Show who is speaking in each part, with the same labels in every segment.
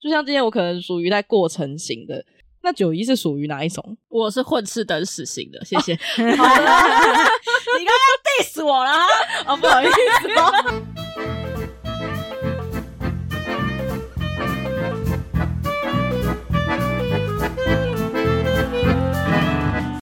Speaker 1: 就像今天我可能属于在过程型的，那九一是属于哪一种？哦
Speaker 2: 我是混吃等死型的，谢谢。
Speaker 3: 好的，你刚刚 diss 我了啊，哦，不好意思哦。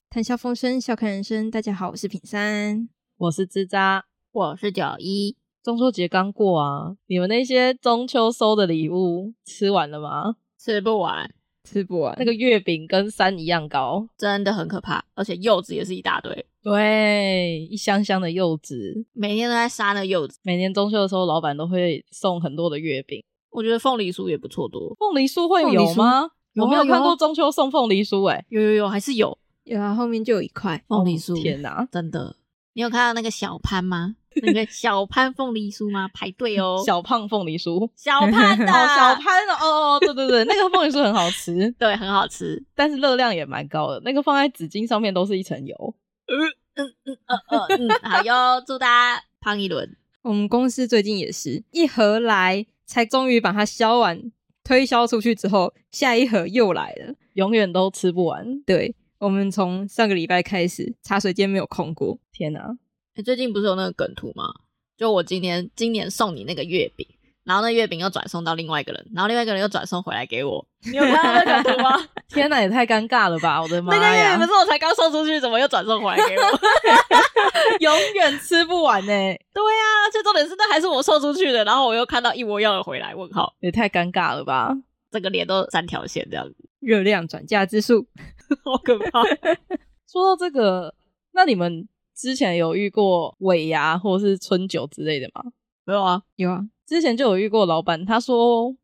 Speaker 4: 谈笑风生，笑看人生。大家好，我是品三。
Speaker 1: 我是吱喳。
Speaker 2: 我是九一，
Speaker 1: 中秋节刚过啊，你们那些中秋收的礼物吃完了吗？
Speaker 2: 吃不完，
Speaker 3: 吃不完
Speaker 1: 那个月饼跟山一样高，
Speaker 2: 真的很可怕，而且柚子也是一大堆，
Speaker 1: 对，一箱箱的柚子。
Speaker 2: 每天都在杀那个柚子。
Speaker 1: 每年中秋的时候，老板都会送很多的月饼。
Speaker 2: 我觉得凤梨酥也不错多，
Speaker 1: 凤梨酥会
Speaker 4: 凤梨
Speaker 1: 有
Speaker 4: 酥
Speaker 1: 吗？
Speaker 2: 有
Speaker 1: 我没
Speaker 2: 啊
Speaker 1: 有
Speaker 2: 有
Speaker 1: 看
Speaker 2: 啊
Speaker 1: 过中秋送凤梨酥、欸，哎，哦
Speaker 2: 有有有，还是有
Speaker 4: 有啊，后面就有一块。
Speaker 2: 凤梨酥。
Speaker 1: 天哪！
Speaker 2: 真的，你有看到那个小潘吗？那 个小潘凤梨酥吗？排队哦，
Speaker 1: 小胖凤梨酥，
Speaker 2: 小潘 的、
Speaker 1: 哦，小潘哦哦，哦对对对，那个凤梨酥很好吃，
Speaker 2: 对，很好吃。
Speaker 1: 但是热量也蛮高的。那个放在纸巾上面都是一层油。
Speaker 2: 呃呃 嗯，好哟，祝大家胖一轮。
Speaker 4: 我们公司最近也是一盒来，才终于把它销完，推销出去之后，下一盒又来了。
Speaker 1: 永远都吃不完，
Speaker 4: 对，我们从上个礼拜开始，茶水间没有空过。
Speaker 1: 天哪！
Speaker 2: 欸最近不是有那个梗图吗？就我今年今年送你那个月饼，然后那月饼又转送到另外一个人，然后另外一个人又转送回来给我。你有看到那个图吗？
Speaker 1: 天哪，也太尴尬了吧！我 的妈
Speaker 2: 那个月饼
Speaker 1: 呀
Speaker 2: 不，是我才刚送出去，怎么又转送回来给我？
Speaker 1: 永远吃不完呢、
Speaker 2: 对呀、啊，最重点是那还是我送出去的，然后我又看到一模一样的回来，问号，
Speaker 1: 也太尴尬了吧！
Speaker 2: 这个脸都三条线 这样子，
Speaker 4: 热量转嫁之术，
Speaker 2: 好可怕。
Speaker 1: 说到这个，那你们之前有遇过尾牙或是春酒之类的吗？
Speaker 2: 没有啊，
Speaker 4: 有啊，
Speaker 1: 之前就有遇过老板，他说：“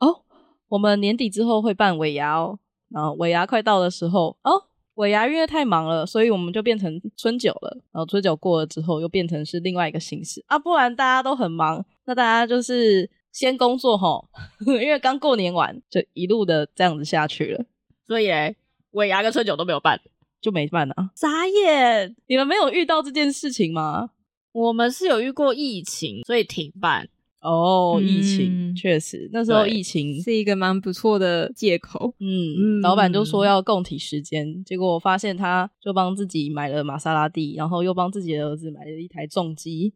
Speaker 1: 哦，我们年底之后会办尾牙哦，然后尾牙快到的时候，哦，尾牙因为太忙了，所以我们就变成春酒了。然后春酒过了之后，又变成是另外一个形式啊，不然大家都很忙，那大家就是先工作吼， 因为刚过年完，就一路的这样子下去了，
Speaker 2: 所以嘞，尾牙跟春酒都没有办，
Speaker 1: 就没办啊。
Speaker 2: 傻眼。
Speaker 1: 你们没有遇到这件事情吗？
Speaker 2: 我们是有遇过疫情，所以停办。
Speaker 1: 哦，疫
Speaker 4: 嗯
Speaker 1: 情确实，那时候
Speaker 2: 对
Speaker 1: 疫情
Speaker 4: 是一个蛮不错的借口。
Speaker 1: 嗯，
Speaker 2: 嗯
Speaker 1: 老板就说要共体时间，结果我发现他就帮自己买了玛莎拉蒂，然后又帮自己的儿子买了一台重机。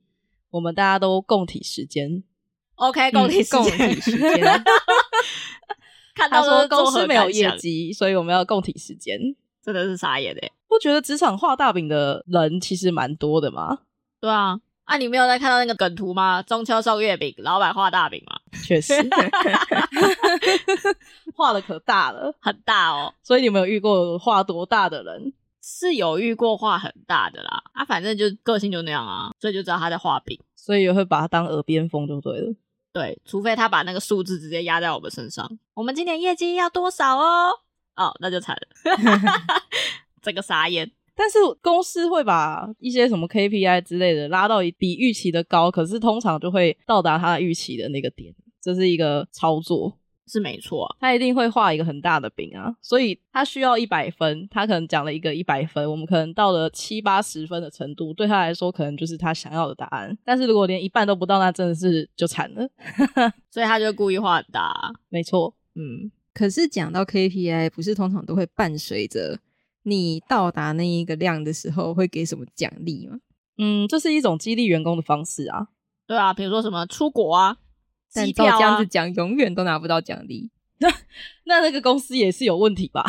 Speaker 1: 我们大家都共体时间。嗯
Speaker 2: OK，共体时
Speaker 4: 共
Speaker 2: 间，
Speaker 4: 体时 间
Speaker 2: 看
Speaker 1: 他
Speaker 2: 到
Speaker 1: 说
Speaker 2: 都
Speaker 1: 公司没有业
Speaker 2: 业绩，
Speaker 1: 绩，所以我们要共体时间。
Speaker 2: 真的是傻眼哎。
Speaker 1: 不觉得职场画大饼的人其实蛮多的吗？
Speaker 2: 对啊，啊，你没有在看到那个梗图吗？中秋送月饼，老板画大饼嘛，
Speaker 1: 确 实，画的可大了。
Speaker 2: 很大哦。
Speaker 1: 所以你们有遇过画多大的人？
Speaker 2: 是有遇过画很大的啦，啊，反正就个性就那样啊，所以就知道他在画饼。
Speaker 1: 所以会把他当耳边风就对了。
Speaker 2: 对，除非他把那个数字直接压在我们身上，我们今年业绩要多少哦？哦，那就惨了， 这个傻眼。
Speaker 1: 但是公司会把一些什么 KPI 之类的拉到比预期的高，可是通常就会到达他预期的那个点，这是一个操作。
Speaker 2: 是没错啊、
Speaker 1: 他一定会画一个很大的饼啊，所以他需要一百分，他可能讲了一个一百分，我们可能到了七八十分的程度，对他来说可能就是他想要的答案。但是如果连一半都不到，那真的是就惨了。
Speaker 2: 所以他就故意画很大啊。
Speaker 1: 没错，
Speaker 2: 嗯，
Speaker 4: 可是讲到 KPI，不是通常都会伴随着你到达那一个量的时候会给什么奖励吗？
Speaker 1: 嗯，这是一种激励员工的方式啊。
Speaker 2: 对啊，比如说什么出国啊，
Speaker 4: 但
Speaker 2: 机
Speaker 4: 照
Speaker 2: 票
Speaker 4: 这样
Speaker 2: 啊
Speaker 4: 子，讲，永远都拿不到奖励。
Speaker 1: 那那个公司也是有问题吧？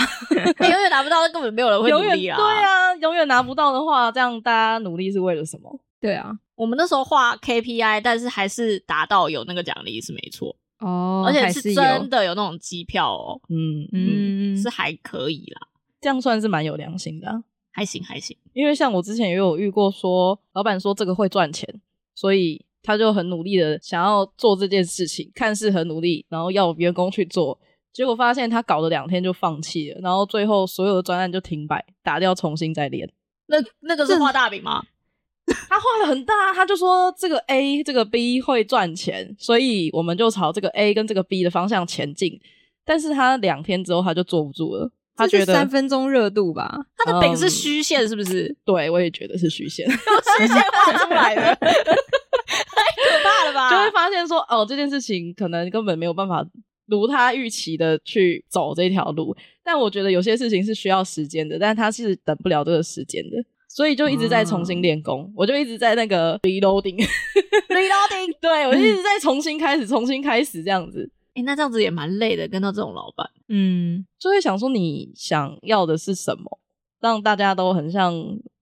Speaker 2: 你永远拿不到，根本没有人会
Speaker 1: 永
Speaker 2: 努
Speaker 1: 远
Speaker 2: 力啊。
Speaker 1: 对，啊，永远拿不到的话，这样大家努力是为了什么？
Speaker 4: 对啊，
Speaker 2: 我们那时候画 KPI，但是还是达到有那个奖励是没错，
Speaker 4: 哦
Speaker 2: 而且
Speaker 4: 还
Speaker 2: 是
Speaker 4: 是
Speaker 2: 真
Speaker 4: 有，
Speaker 2: 的有那种机票哦，
Speaker 1: 嗯，
Speaker 4: 嗯，
Speaker 2: 是还可以啦，
Speaker 1: 这样算是蛮有良心的啊、
Speaker 2: 还行还行。
Speaker 1: 因为像我之前也有遇过说，老板说这个会赚钱，所以他就很努力的想要做这件事情，看似很努力，然后要员工去做，结果发现他搞了两天就放弃了，然后最后所有的专案就停摆，打掉重新再练。
Speaker 2: 那那个是画大饼吗？
Speaker 1: 他画的很大，啊他就说这个 A 这个 B 会赚钱，所以我们就朝这个 A 跟这个 B 的方向前进。但是他两天之后他就坐不住了，他
Speaker 4: 这
Speaker 1: 觉
Speaker 4: 是
Speaker 1: 得
Speaker 4: 三分钟热度吧？
Speaker 2: 他的饼是
Speaker 1: 嗯
Speaker 2: 虚线是不 是？
Speaker 1: 对我也觉得是虚线，
Speaker 2: 虚线画出来的， 太可怕了吧？啊
Speaker 1: 就会发现说哦这件事情可能根本没有办法如他预期的去走这条路。但我觉得有些事情是需要时间的，但他是等不了这个时间的，所以就一直在重新练功，我就一直在那个 reloading，
Speaker 3: reloading，
Speaker 1: 对我就一直在重新开始，重新开始这样子。
Speaker 2: 哎、那这样子也蛮累的，跟到这种老板。
Speaker 4: 嗯，
Speaker 1: 就会想说你想要的是什么，让大家都很像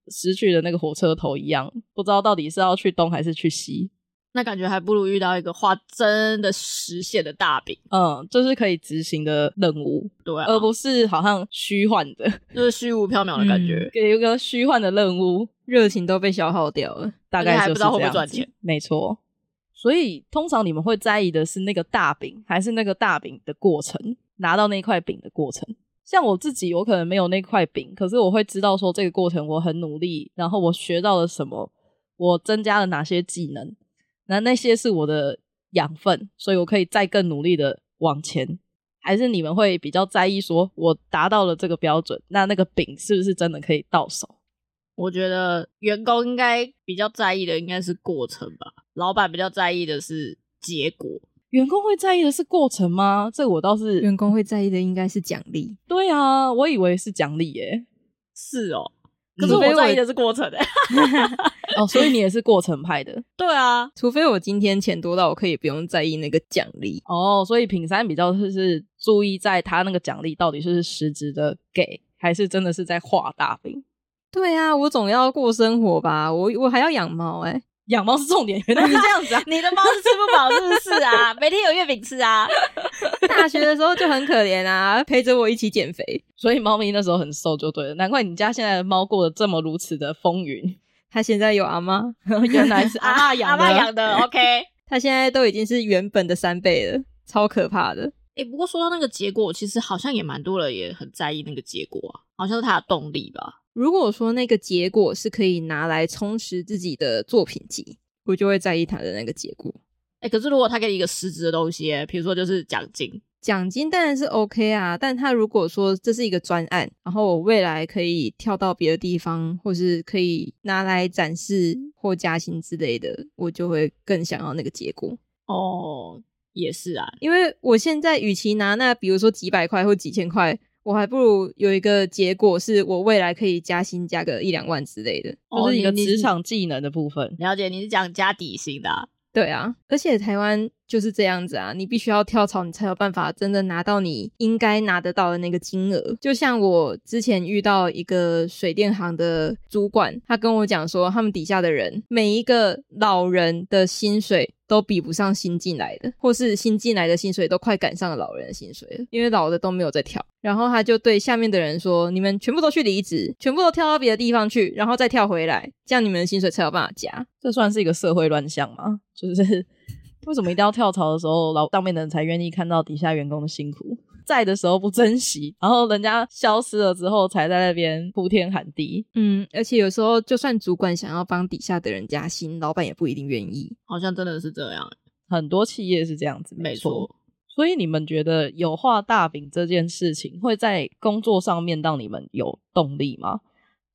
Speaker 1: 失去的那个火车头一样，不知道到底是要去东还是去西。
Speaker 2: 那感觉还不如遇到一个画真的实现的大饼，
Speaker 1: 嗯，就是可以执行的任务，
Speaker 2: 对、啊，
Speaker 1: 而不是好像虚幻的，
Speaker 2: 就是虚无缥缈的感觉。
Speaker 1: 嗯给一个虚幻的任务，
Speaker 4: 热情都被消耗掉了。
Speaker 1: 大概
Speaker 2: 而且还
Speaker 1: 就是
Speaker 2: 不知道
Speaker 1: 这
Speaker 2: 会不会
Speaker 1: 样
Speaker 2: 赚
Speaker 1: 子
Speaker 2: 钱。
Speaker 1: 没错，所以通常你们会在意的是那个大饼，还是那个大饼的过程，拿到那块饼的过程。像我自己，我可能没有那块饼，可是我会知道说这个过程我很努力，然后我学到了什么，我增加了哪些技能，那那些是我的养分，所以我可以再更努力的往前。还是你们会比较在意说，我达到了这个标准，那那个饼是不是真的可以到手？
Speaker 2: 我觉得员工应该比较在意的应该是过程吧，老板比较在意的是结果。
Speaker 1: 员工会在意的是过程吗？这我倒是
Speaker 4: 员工会在意的应该是奖励，
Speaker 1: 对啊，我以为是奖励耶。
Speaker 2: 是哦，
Speaker 1: 可是
Speaker 2: 可是
Speaker 1: 我
Speaker 2: 我
Speaker 1: 在
Speaker 2: 在
Speaker 1: 意
Speaker 2: 意
Speaker 1: 的
Speaker 2: 的是过程欸诶、
Speaker 1: 哦，所以你也是过程派的
Speaker 2: 对啊，！
Speaker 4: 除非我今天钱多到我可以不用在意那个奖励。
Speaker 1: 哦。所以品山比较就是注意在他那个奖励到底是实质的给，还是真的是在画大饼。
Speaker 4: 对啊，我总要过生活吧，我我还要养猫 哎、
Speaker 1: 养猫是重点， 原来 是这样子啊
Speaker 2: 你的猫是吃不饱是不是 啊？每天有月饼吃啊？
Speaker 4: 大学的时候就很可怜啊，陪着我一起减肥，
Speaker 1: 所以猫咪那时候很瘦就对了，难怪你家现在的猫过得这么如此的风云。
Speaker 4: 它现在有阿妈，
Speaker 1: 原来是阿
Speaker 2: 啊
Speaker 1: 嬷养
Speaker 2: 阿
Speaker 1: 的，
Speaker 2: 妈 养的，OK。哎、
Speaker 4: 它现在都已经是原本的三倍了，超可怕的。
Speaker 2: 不过说到那个结果，其实好像也蛮多人也很在意那个结果啊，好像是他的动力吧。
Speaker 4: 如果说那个结果是可以拿来充实自己的作品集，我就会在意它的那个结果。
Speaker 2: 哎、可是如果他给你一个实质的东西、比如说就是奖金，
Speaker 4: 奖金当然是 OK 啊，但他如果说这是一个专案，然后我未来可以跳到别的地方，或是可以拿来展示或加薪之类的，我就会更想要那个结果。
Speaker 2: 哦，也是啊，
Speaker 4: 因为我现在与其拿那比如说几百块或几千块，我还不如有一个结果是我未来可以加薪加个一两万之类的。
Speaker 1: 就是一个
Speaker 2: 哦你你
Speaker 1: 职场技能的部分。
Speaker 2: 了解，你是讲加底薪的、啊，
Speaker 4: 对啊，而且台湾就是这样子啊，你必须要跳槽，你才有办法真的拿到你应该拿得到的那个金额。就像我之前遇到一个水电行的主管，他跟我讲说，他们底下的人每一个老人的薪水都比不上新进来的，或是新进来的薪水都快赶上了老人的薪水了，因为老的都没有在跳。然后他就对下面的人说：“你们全部都去离职，全部都跳到别的地方去，然后再跳回来，这样你们的薪水才有办法加。”
Speaker 1: 这算是一个社会乱象吗？ 就是为什么一定要跳槽的时候，老上面的人才愿意看到底下员工的辛苦， 在的时候不珍惜，然后人家消失了之后才在那边哭天喊地。
Speaker 4: 嗯，而且有时候就算主管想要帮底下的人加薪，老板也不一定愿意。
Speaker 2: 好像真的是这样，
Speaker 1: 很多企业是这样子，
Speaker 2: 没
Speaker 1: 错。
Speaker 2: 错。
Speaker 1: 所以你们觉得有画大饼这件事情会在工作上面让你们有动力吗？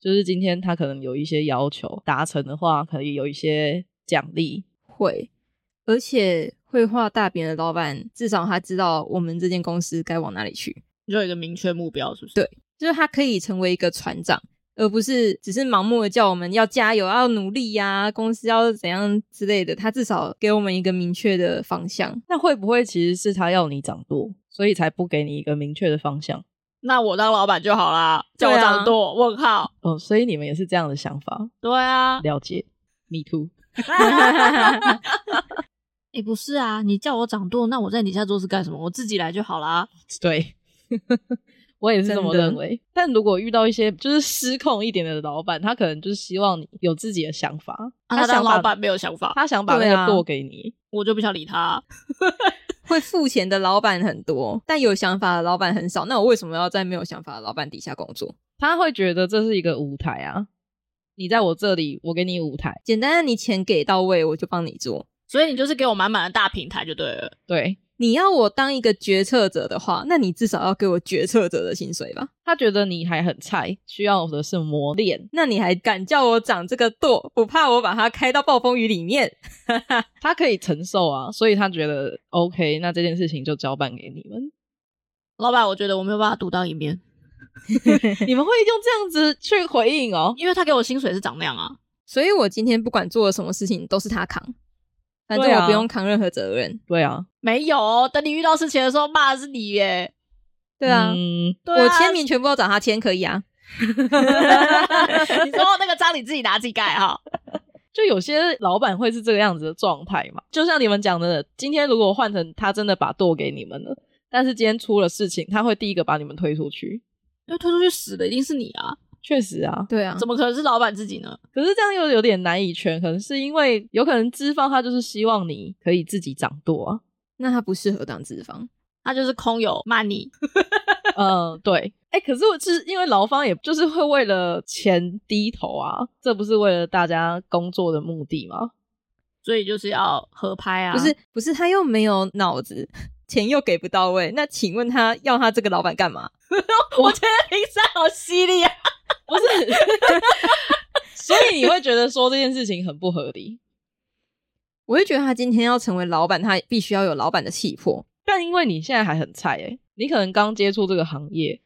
Speaker 1: 就是今天他可能有一些要求达成的话，可以有一些奖励。
Speaker 4: 会，而且会画大饼的老板，至少他知道我们这间公司该往哪里去，
Speaker 2: 你就有一个明确目标，是不是？
Speaker 4: 对就是他可以成为一个船长，而不是只是盲目的叫我们要加油、要努力呀、公司要怎样之类的。他至少给我们一个明确的方向。
Speaker 1: 那会不会其实是他要你掌舵，所以才不给你一个明确的方向？
Speaker 2: 那我当老板就好啦，叫我
Speaker 4: 对啊
Speaker 2: 掌舵？问号？
Speaker 1: 哦，所以你们也是这样的想法，
Speaker 2: 对 啊，
Speaker 1: 了解，me too。
Speaker 2: 哎、不是啊，你叫我掌舵，那我在你下做事干什么？我自己来就好啦。
Speaker 1: 对， 我也是这么
Speaker 4: 真的
Speaker 1: 认为。但如果遇到一些就是失控一点的老板，他可能就是希望你有自己的想法，
Speaker 2: 啊他
Speaker 1: 想
Speaker 2: 当
Speaker 1: 把
Speaker 2: 老板没有想法，
Speaker 1: 他想把那
Speaker 4: 对
Speaker 1: 个
Speaker 4: 啊
Speaker 1: 舵给你。
Speaker 2: 我就不想理他。啊
Speaker 4: 会付钱的老板很多，但有想法的老板很少。那我为什么要在没有想法的老板底下工作？
Speaker 1: 他会觉得这是一个舞台啊，你在我这里，我给你舞台。
Speaker 4: 简单的，你钱给到位，我就帮你做。
Speaker 2: 所以你就是给我满满的大平台就对了。
Speaker 1: 对，
Speaker 4: 你要我当一个决策者的话，那你至少要给我决策者的薪水吧？
Speaker 1: 他觉得你还很菜，需要的是磨练。
Speaker 4: 那你还敢叫我长这个舵？不怕我把它开到暴风雨里面？
Speaker 1: 他可以承受啊，所以他觉得 OK，那这件事情就交办给你们。
Speaker 2: 老板，我觉得我没有办法读到一面，
Speaker 1: 你们会用这样子去回应哦？
Speaker 2: 因为他给我薪水是长那样啊。
Speaker 4: 所以我今天不管做了什么事情，都是他扛，反正
Speaker 1: 对啊
Speaker 4: 我不用扛任何责任。
Speaker 1: 对啊，
Speaker 2: 没有，哦等你遇到事情的时候骂的是你耶。
Speaker 4: 对啊，
Speaker 1: 嗯，
Speaker 2: 对啊
Speaker 4: 我签名全部都找他签，可以啊。
Speaker 2: 你说那个章你自己拿自己盖 哈。
Speaker 1: 就有些老板会是这个样子的状态嘛。就像你们讲的，今天如果换成他真的把舵给你们了，但是今天出了事情，他会第一个把你们推出去。
Speaker 2: 因为推出去死的一定是你啊，
Speaker 1: 确实啊，
Speaker 4: 对啊，
Speaker 2: 怎么可能是老板自己呢？
Speaker 1: 可是这样又有点难以权衡，是因为有可能资方他就是希望你可以自己掌舵啊。
Speaker 4: 那他不适合当资方。
Speaker 2: 他就是空有骂你，
Speaker 1: 嗯，对。哎、可是我是因为劳方也就是会为了钱低头啊，这不是为了大家工作的目的吗？
Speaker 2: 所以就是要合拍啊。
Speaker 4: 不是不是，他又没有脑子，钱又给不到位，那请问他要他这个老板干嘛？
Speaker 2: 我觉得平山好犀利啊！，
Speaker 1: 不是，所以你会觉得说这件事情很不合理。
Speaker 4: 我会觉得他今天要成为老板，他必须要有老板的气魄。
Speaker 1: 但因为你现在还很菜、欸，你可能刚接触这个行业，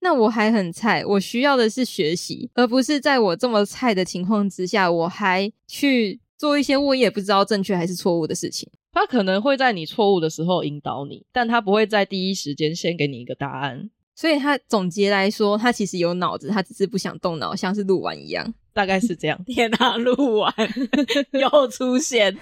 Speaker 4: 那我还很菜，我需要的是学习，而不是在我这么菜的情况之下，我还去做一些我也不知道正确还是错误的事情。
Speaker 1: 他可能会在你错误的时候引导你，但他不会在第一时间先给你一个答案，
Speaker 4: 所以他总结来说，他其实有脑子，他只是不想动脑，像是录完一样。
Speaker 1: 大概是这样
Speaker 2: 天哪、录完 又出现，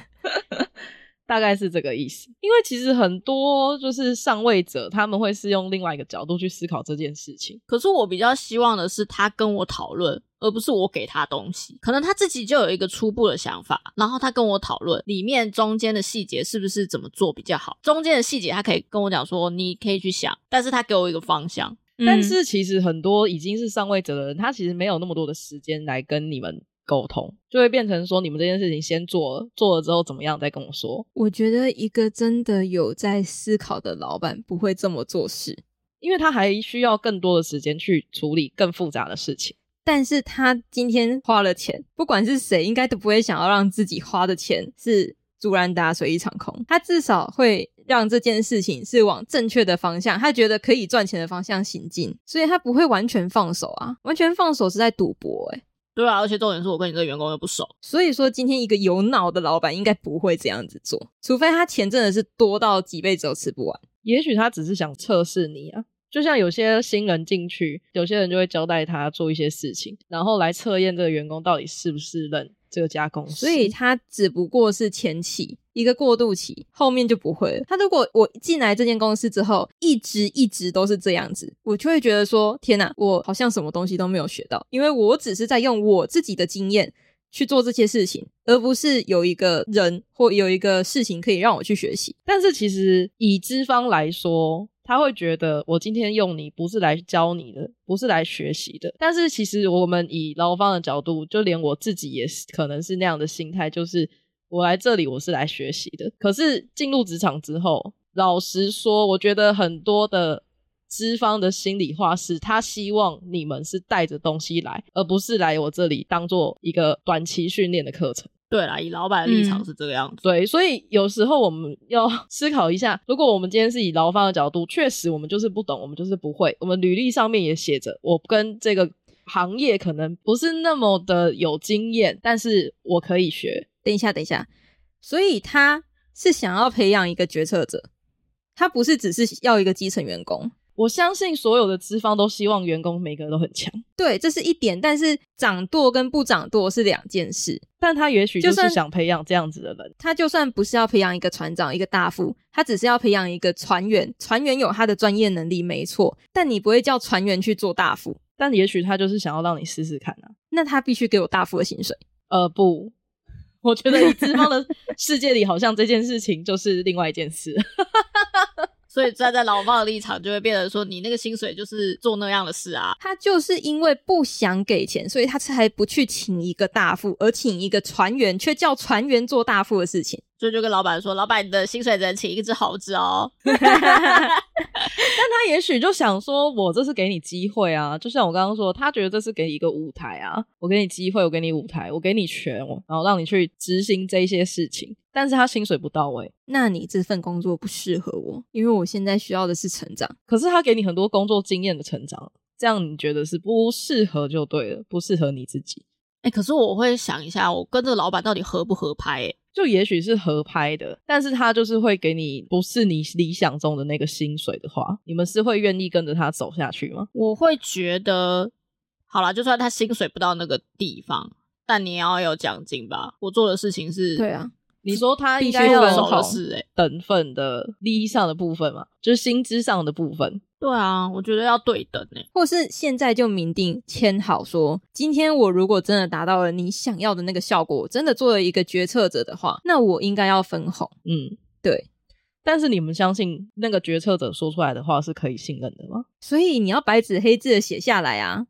Speaker 1: 大概是这个意思。因为其实很多就是上位者，他们会是用另外一个角度去思考这件事情。
Speaker 2: 可是我比较希望的是他跟我讨论，而不是我给他东西。可能他自己就有一个初步的想法，然后他跟我讨论里面中间的细节是不是怎么做比较好。中间的细节他可以跟我讲说，你可以去想，但是他给我一个方向。
Speaker 1: 但
Speaker 4: 嗯
Speaker 1: 是其实很多已经是上位者的人，他其实没有那么多的时间来跟你们沟通，就会变成说你们这件事情先做了，做了之后怎么样再跟我说。
Speaker 4: 我觉得一个真的有在思考的老板不会这么做事。
Speaker 1: 因为他还需要更多的时间去处理更复杂的事情。
Speaker 4: 但是他今天花了钱，不管是谁，应该都不会想要让自己花的钱是竹篮打水一场空。他至少会让这件事情是往正确的方向，他觉得可以赚钱的方向行进，所以他不会完全放手啊。完全放手是在赌博、欸，
Speaker 2: 对啊，而且重点是我跟你这个员工又不熟，
Speaker 4: 所以说，今天一个有脑的老板应该不会这样子做，除非他钱真的是多到几辈子都吃不完。
Speaker 1: 也许他只是想测试你啊，就像有些新人进去，有些人就会交代他做一些事情，然后来测验这个员工到底是不是认这家公司。
Speaker 4: 所以他只不过是前期一个过渡期，后面就不会了。他如果我进来这间公司之后，一直一直都是这样子，我就会觉得说，天哪，我好像什么东西都没有学到，因为我只是在用我自己的经验。去做这些事情，而不是有一个人或有一个事情可以让我去学习。
Speaker 1: 但是其实以资方来说，他会觉得我今天用你不是来教你的，不是来学习的。但是其实我们以劳方的角度，就连我自己也是可能是那样的心态，就是我来这里我是来学习的。可是进入职场之后，老实说，我觉得很多的。资方的心里话是，他希望你们是带着东西来，而不是来我这里当做一个短期训练的课程。
Speaker 2: 对啦，以老板的立场
Speaker 4: 嗯
Speaker 2: 是这个样子。
Speaker 1: 对，所以有时候我们要 思考一下，如果我们今天是以劳方的角度，确实我们就是不懂，我们就是不会。我们履历上面也写着，我跟这个行业可能不是那么的有经验，但是我可以学。
Speaker 4: 等一下，等一下，所以他是想要培养一个决策者，他不是只是要一个基层员工。
Speaker 1: 我相信所有的资方都希望员工每个都很强，
Speaker 4: 对，这是一点，但是掌舵跟不掌舵是两件事。
Speaker 1: 但他也许就
Speaker 4: 就
Speaker 1: 是
Speaker 4: 算
Speaker 1: 想培养这样子的人。
Speaker 4: 他就算不是要培养一个船长、一个大副，他只是要培养一个船员。船员有他的专业能力，没错，但你不会叫船员去做大副，
Speaker 1: 但也许他就是想要让你试试看啊。
Speaker 4: 那他必须给我大副的薪水。
Speaker 1: 呃，不， 我啊觉得以资方的世界里，好像这件事情就是另外一件事。
Speaker 2: 所以站在劳方的立场，就会变成说，你那个薪水就是做那样的事啊。
Speaker 4: 他就是因为不想给钱，所以他才不去请一个大副，而请一个船员，却叫船员做大副的事情。
Speaker 2: 所以就跟老板说，老板你的薪水只能请一只猴子哦。
Speaker 1: 但他也许就想说，我这是给你机会啊，就像我刚刚说，他觉得这是给你一个舞台啊，我给你机会，我给你舞台，我给你权，我然后让你去执行这些事情，但是他薪水不到位，
Speaker 4: 那你这份工作不适合我，因为我现在需要的是成长。
Speaker 1: 可是他给你很多工作经验的成长，这样你觉得是不适合就对了，不适合你自己，
Speaker 2: 哎、可是我会想一下，我跟这个老板到底合不合拍、欸？
Speaker 1: 就也许是合拍的，但是他就是会给你不是你理想中的那个薪水的话，你们是会愿意跟着他走下去吗？
Speaker 2: 我会觉得，好啦，就算他薪水不到那个地方，但你也要有奖金吧。我做的事情是，
Speaker 4: 对啊，
Speaker 1: 你说他应
Speaker 4: 必须
Speaker 1: 该要
Speaker 4: 分
Speaker 2: 手
Speaker 4: 好
Speaker 2: 的
Speaker 1: 有
Speaker 2: 事、欸，哎，
Speaker 1: 等份的利益上的部分嘛，就是薪资上的部分。
Speaker 2: 对啊，我觉得要对等哎、
Speaker 4: 或是现在就明定签好说，今天我如果真的达到了你想要的那个效果，我真的做了一个决策者的话，那我应该要分红。
Speaker 1: 嗯，
Speaker 4: 对。
Speaker 1: 但是你们相信那个决策者说出来的话是可以信任的吗？
Speaker 4: 所以你要白纸黑字的写下来啊。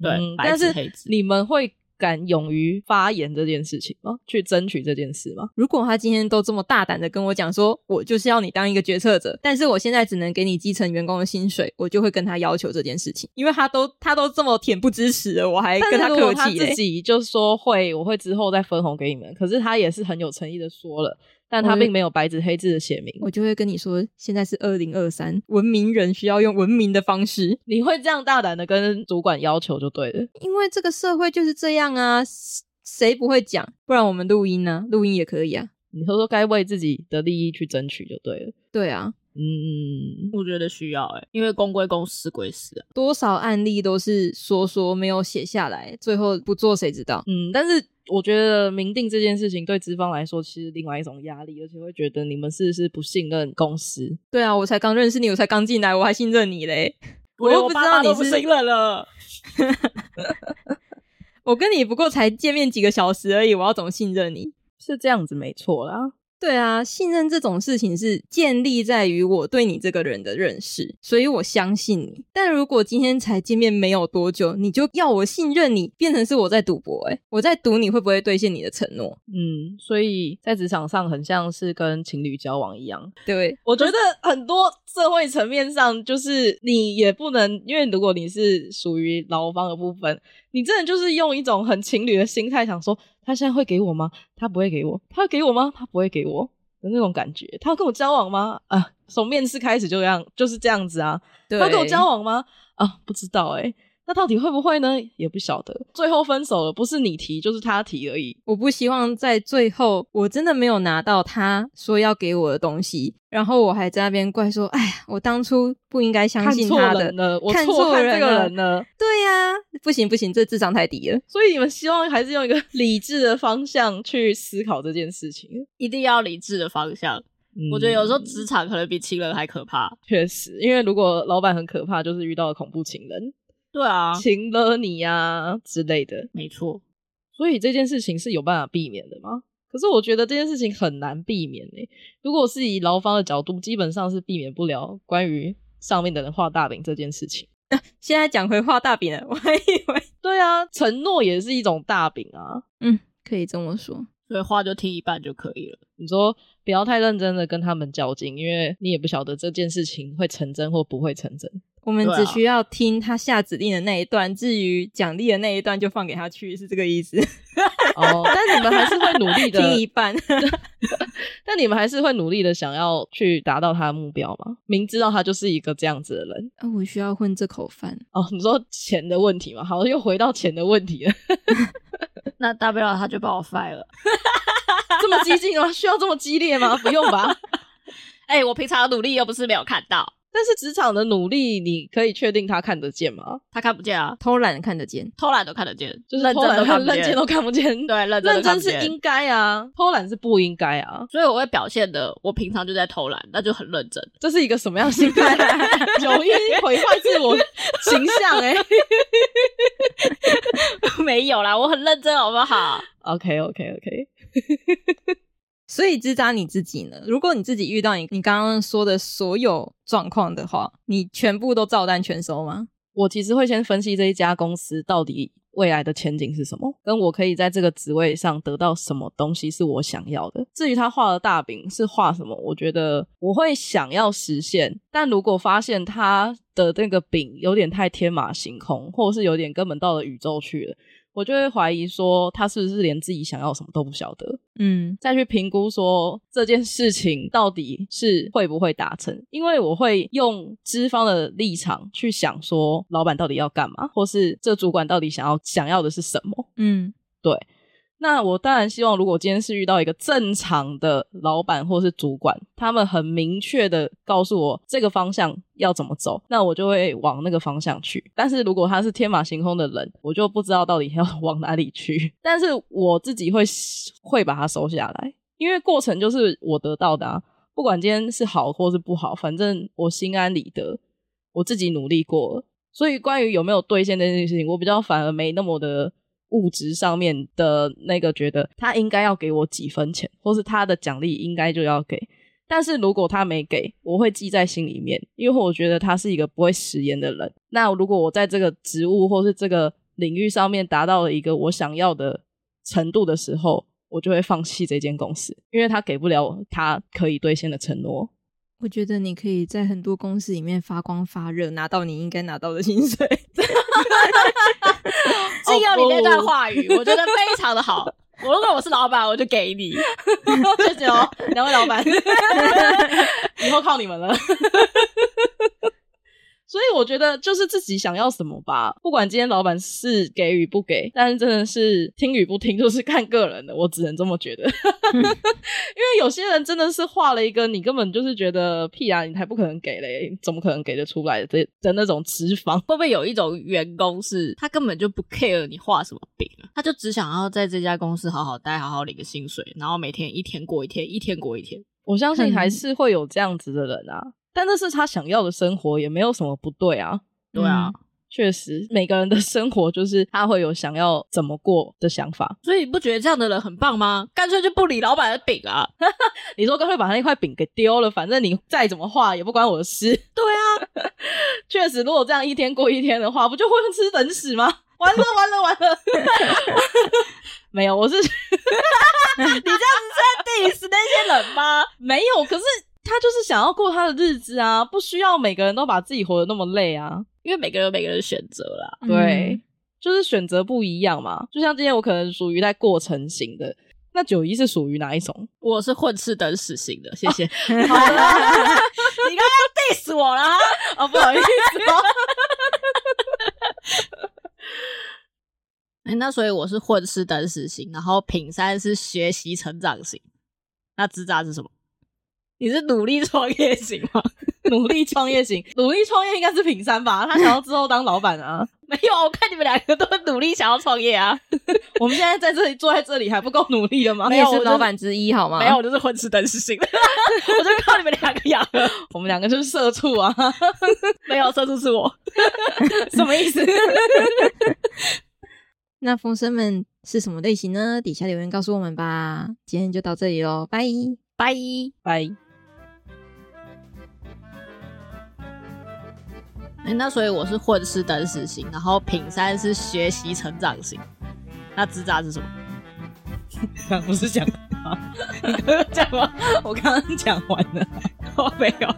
Speaker 2: 对
Speaker 1: 嗯
Speaker 2: 白
Speaker 1: 但
Speaker 2: 纸
Speaker 1: 是
Speaker 2: 黑字
Speaker 1: 你们会敢勇于发言这件事情吗？去争取这件事吗？
Speaker 4: 如果他今天都这么大胆的跟我讲说，我就是要你当一个决策者，但是我现在只能给你基层员工的薪水，我就会跟他要求这件事情，因为他都他都这么恬不知耻了，我还哎跟
Speaker 1: 但是如
Speaker 4: 客
Speaker 1: 果他
Speaker 4: 气嘞
Speaker 1: 自。己就说会，我会之后再分红给你们。可是他也是很有诚意的说了，但他
Speaker 4: 我
Speaker 1: 并没有白纸黑字的写明。
Speaker 4: 我就会跟你说，现在是二零二三，文明人需要用文明的方式，
Speaker 1: 你会这样大胆的跟主管要求就对了。
Speaker 4: 因为这个社会就是这样啊，谁谁不会讲？不然我们录音呢、录音也可以啊。
Speaker 1: 你说说该为自己的利益去争取就对了。
Speaker 4: 对啊，
Speaker 1: 嗯，
Speaker 2: 我觉得需要哎、因为公归公，私归私啊。
Speaker 4: 多少案例都是说说没有写下来，最后不做谁知道？
Speaker 1: 嗯，但是我觉得明定这件事情对资方来说，其实另外一种压力，而且会觉得你们是不是不信任公司？
Speaker 4: 对啊，我才刚认识你，我才刚进来，我还信任你嘞。我又
Speaker 3: 连
Speaker 4: 不
Speaker 3: 我
Speaker 4: 知
Speaker 3: 爸爸
Speaker 4: 道
Speaker 3: 都
Speaker 4: 你
Speaker 3: 不
Speaker 4: 是，
Speaker 3: 信任了。
Speaker 4: 我跟你不过才见面几个小时而已，我要怎么信任你？
Speaker 1: 是这样子没错啦。
Speaker 4: 对啊，信任这种事情是建立在于我对你这个人的认识，所以我相信你。但如果今天才见面没有多久，你就要我信任你，变成是我在赌博、欸，我在赌你会不会兑现你的承诺。
Speaker 1: 嗯，所以在职场上很像是跟情侣交往一样。
Speaker 4: 对，
Speaker 1: 我觉得很多社会层面上，就是你也不能，因为如果你是属于劳方的部分，你真的就是用一种很情侣的心态，想说他现在会给我吗？他不会给我，他会给我吗？他不会给我的那种感觉。他要跟我交往吗？啊，从面试开始就这样，就是这样子啊。
Speaker 4: 对，
Speaker 1: 他跟我交往吗？啊，不知道哎、那到底会不会呢？也不晓得。最后分手了，不是你提就是他提而已。
Speaker 4: 我不希望在最后我真的没有拿到他说要给我的东西，然后我还在那边怪说：“哎呀，我当初不应该相
Speaker 1: 看
Speaker 4: 信
Speaker 1: 错
Speaker 4: 他的
Speaker 1: 人。了，我
Speaker 4: 看
Speaker 1: 错
Speaker 4: 错
Speaker 1: 看这
Speaker 4: 人
Speaker 1: 个
Speaker 4: 了
Speaker 1: 人了。”
Speaker 4: 对呀、不行不行，这智商太低了。
Speaker 1: 所以你们希望还是用一 个理智的方向去思考这件事情。嗯
Speaker 2: 一定要理智的方向，我觉得有时候
Speaker 4: 嗯
Speaker 2: 职场可能比情人还可怕。
Speaker 1: 确实，因为如果老板很可怕，就是遇到了恐怖情人，
Speaker 2: 对啊，
Speaker 1: 情了你呀、之类的。
Speaker 2: 没错，
Speaker 1: 所以这件事情是有办法避免的吗？可是我觉得这件事情很难避免诶、如果是以劳方的角度，基本上是避免不了关于上面的人画大饼这件事情。
Speaker 4: 现在讲回画大饼了，我还以为
Speaker 1: 对啊，承诺也是一种大饼啊。
Speaker 4: 可以这么说。
Speaker 2: 所以话就听一半就可以了。
Speaker 1: 你说不要太认真的跟他们较劲，因为你也不晓得这件事情会成真或不会成真。
Speaker 4: 我们
Speaker 2: 对啊
Speaker 4: 只需要听他下指令的那一段，至于奖励的那一段就放给他去，是这个意思。
Speaker 1: 哦，但你们还是会努力 的，
Speaker 4: 听一半，
Speaker 1: 但你们还是会努力的想要去达到他的目标吗？明知道他就是一个这样子的人
Speaker 4: 啊我需要混这口饭。
Speaker 1: 哦，你说钱的问题嘛，好，又回到钱的问题了，
Speaker 2: 那大不了他就把我 fire 了。
Speaker 1: 这么激进吗？需要这么激烈吗？不用吧。
Speaker 2: 哎、我平常的努力又不是没有看到，
Speaker 1: 但是职场的努力，你可以确定他看得见吗？
Speaker 2: 他看不见啊，
Speaker 4: 偷懒看得见，
Speaker 2: 偷懒都看得见，
Speaker 1: 就是
Speaker 2: 认
Speaker 1: 偷
Speaker 2: 真
Speaker 1: 懒
Speaker 2: 都看
Speaker 1: 看
Speaker 2: 不
Speaker 1: 认
Speaker 2: 见
Speaker 1: 真。都看不见，
Speaker 2: 对，啊认真都
Speaker 1: 认
Speaker 2: 看
Speaker 1: 真
Speaker 2: 不
Speaker 1: 是
Speaker 2: 见
Speaker 1: 应该啊，偷懒是不应该啊，
Speaker 2: 所以我会表现的，我平常就在偷懒，那就很认 真。
Speaker 1: 这是一个什么样的心 态？九一毁坏自我形象哎、
Speaker 2: 没有啦，我很认真，好不好？
Speaker 1: OK OK OK，
Speaker 4: 所以支扎你自己呢？如果你自己遇到你你刚刚说的所有状况的话，你全部都照单全收吗？
Speaker 1: 我其实会先分析这一家公司到底未来的前景是什么，跟我可以在这个职位上得到什么东西是我想要的。至于他画的大饼是画什么，我觉得我会想要实现，但如果发现他的那个饼有点太天马行空，或者是有点根本到了宇宙去了，我就会怀疑说他是不是连自己想要什么都不晓得。
Speaker 4: 嗯，
Speaker 1: 再去评估说这件事情到底是会不会达成，因为我会用资方的立场去想说老板到底要干嘛，或是这主管到底想要想要的是什么。
Speaker 4: 嗯，
Speaker 1: 那我当然希望，如果今天是遇到一个正常的老板或是主管，他们很明确的告诉我这个方向要怎么走，那我就会往那个方向去。但是如果他是天马行空的人，我就不知道到底要 往哪里去。但是我自己会会把它收下来，因为过程就是我得到的啊，不管今天是好或是不好，反正我心安理得，我自己努力过了。所以关于有没有兑现这件事情，我比较反而没那么的物质上面的那个觉得他应该要给我几分钱，或是他的奖励应该就要给。但是如果他没给，我会记在心里面，因为我觉得他是一个不会食言的人。那如果我在这个职务或是这个领域上面达到了一个我想要的程度的时候，我就会放弃这间公司，因为他给不了我他可以兑现的承诺。
Speaker 4: 我觉得你可以在很多公司里面发光发热，拿到你应该拿到的薪 水。
Speaker 2: 是有你那段话语，我觉得非常的好。我如果我是老板，我就给你，哦 谢谢哦，两位老板。
Speaker 1: 以后靠你们了。所以我觉得就是自己想要什么吧，不管今天老板是给与不给，但是真的是听与不听，就是看个人的，我只能这么觉得。
Speaker 2: 嗯
Speaker 1: 因为有些人真的是画了一个你根本就是觉得屁啊，你才不可能给嘞，怎么可能给得出来的的那种脂肪？
Speaker 2: 会不会有一种员工是他根本就不 care 你画什么饼啊， 他就只想要在这家公司好好待，好好领个薪水，然后每天一天过一天，一天过一天。
Speaker 1: 我相信还是会有这样子的人啊，但那是他想要的生活，也没有什么不对啊。
Speaker 2: 对啊，
Speaker 1: 确实，每个人的 生活就是他会有想要怎么过的想法，
Speaker 2: 所以你不觉得这样的人很棒吗？干脆就不理老板的饼啊。
Speaker 1: 你说干脆把那块饼给丢了，反正你再怎么画也不关我的事。 对啊，确实，如果这样一天过一天的话，不就会吃等死吗？ 完了完了完了！ 没有，我是
Speaker 3: 你这样子是在 diss 那些人吗？
Speaker 1: 没有，可是他就是想要过他的日子啊，不需要每个人都把自己活得那么累啊。
Speaker 2: 因为每个人有每个人的选择啦。
Speaker 1: 对，
Speaker 4: 嗯
Speaker 1: 就是选择不一样嘛。就像今天我可能属于在过程型的，那九一是属于哪一种？
Speaker 2: 我是混吃等死型的，谢谢。
Speaker 3: 好了，你刚刚 diss 我 了哈。
Speaker 1: 哦，不好意思哦。
Speaker 2: 哎、那所以我是混吃等死型，然后品山是学习成长型，那支扎是什么？你是努力创业型吗？
Speaker 1: 努力创业型，努力创业应该是品山吧？他想要之后当老板啊。
Speaker 2: 没有，我看你们两个都很努力想要创业啊。
Speaker 1: 我们现在在这里坐在这里还不够努力了吗？
Speaker 4: 你也是老，板之一好吗？
Speaker 2: 没有，，我就是混吃等死型的，我就靠你们两个养了。
Speaker 1: 我们两个就是社畜啊，
Speaker 2: 没有，射出是我。
Speaker 1: 什么意思？
Speaker 4: 那风声们是什么类型呢？底下留言告诉我们吧。今天就到这里喽，拜。
Speaker 2: 拜。
Speaker 1: 拜。
Speaker 2: 哎、那所以我是混吃等死型，然后品山是学习成长型，那支扎是什么？
Speaker 1: 刚 不是讲 哦吗？你刚刚讲吗？我刚刚讲完了，我没有。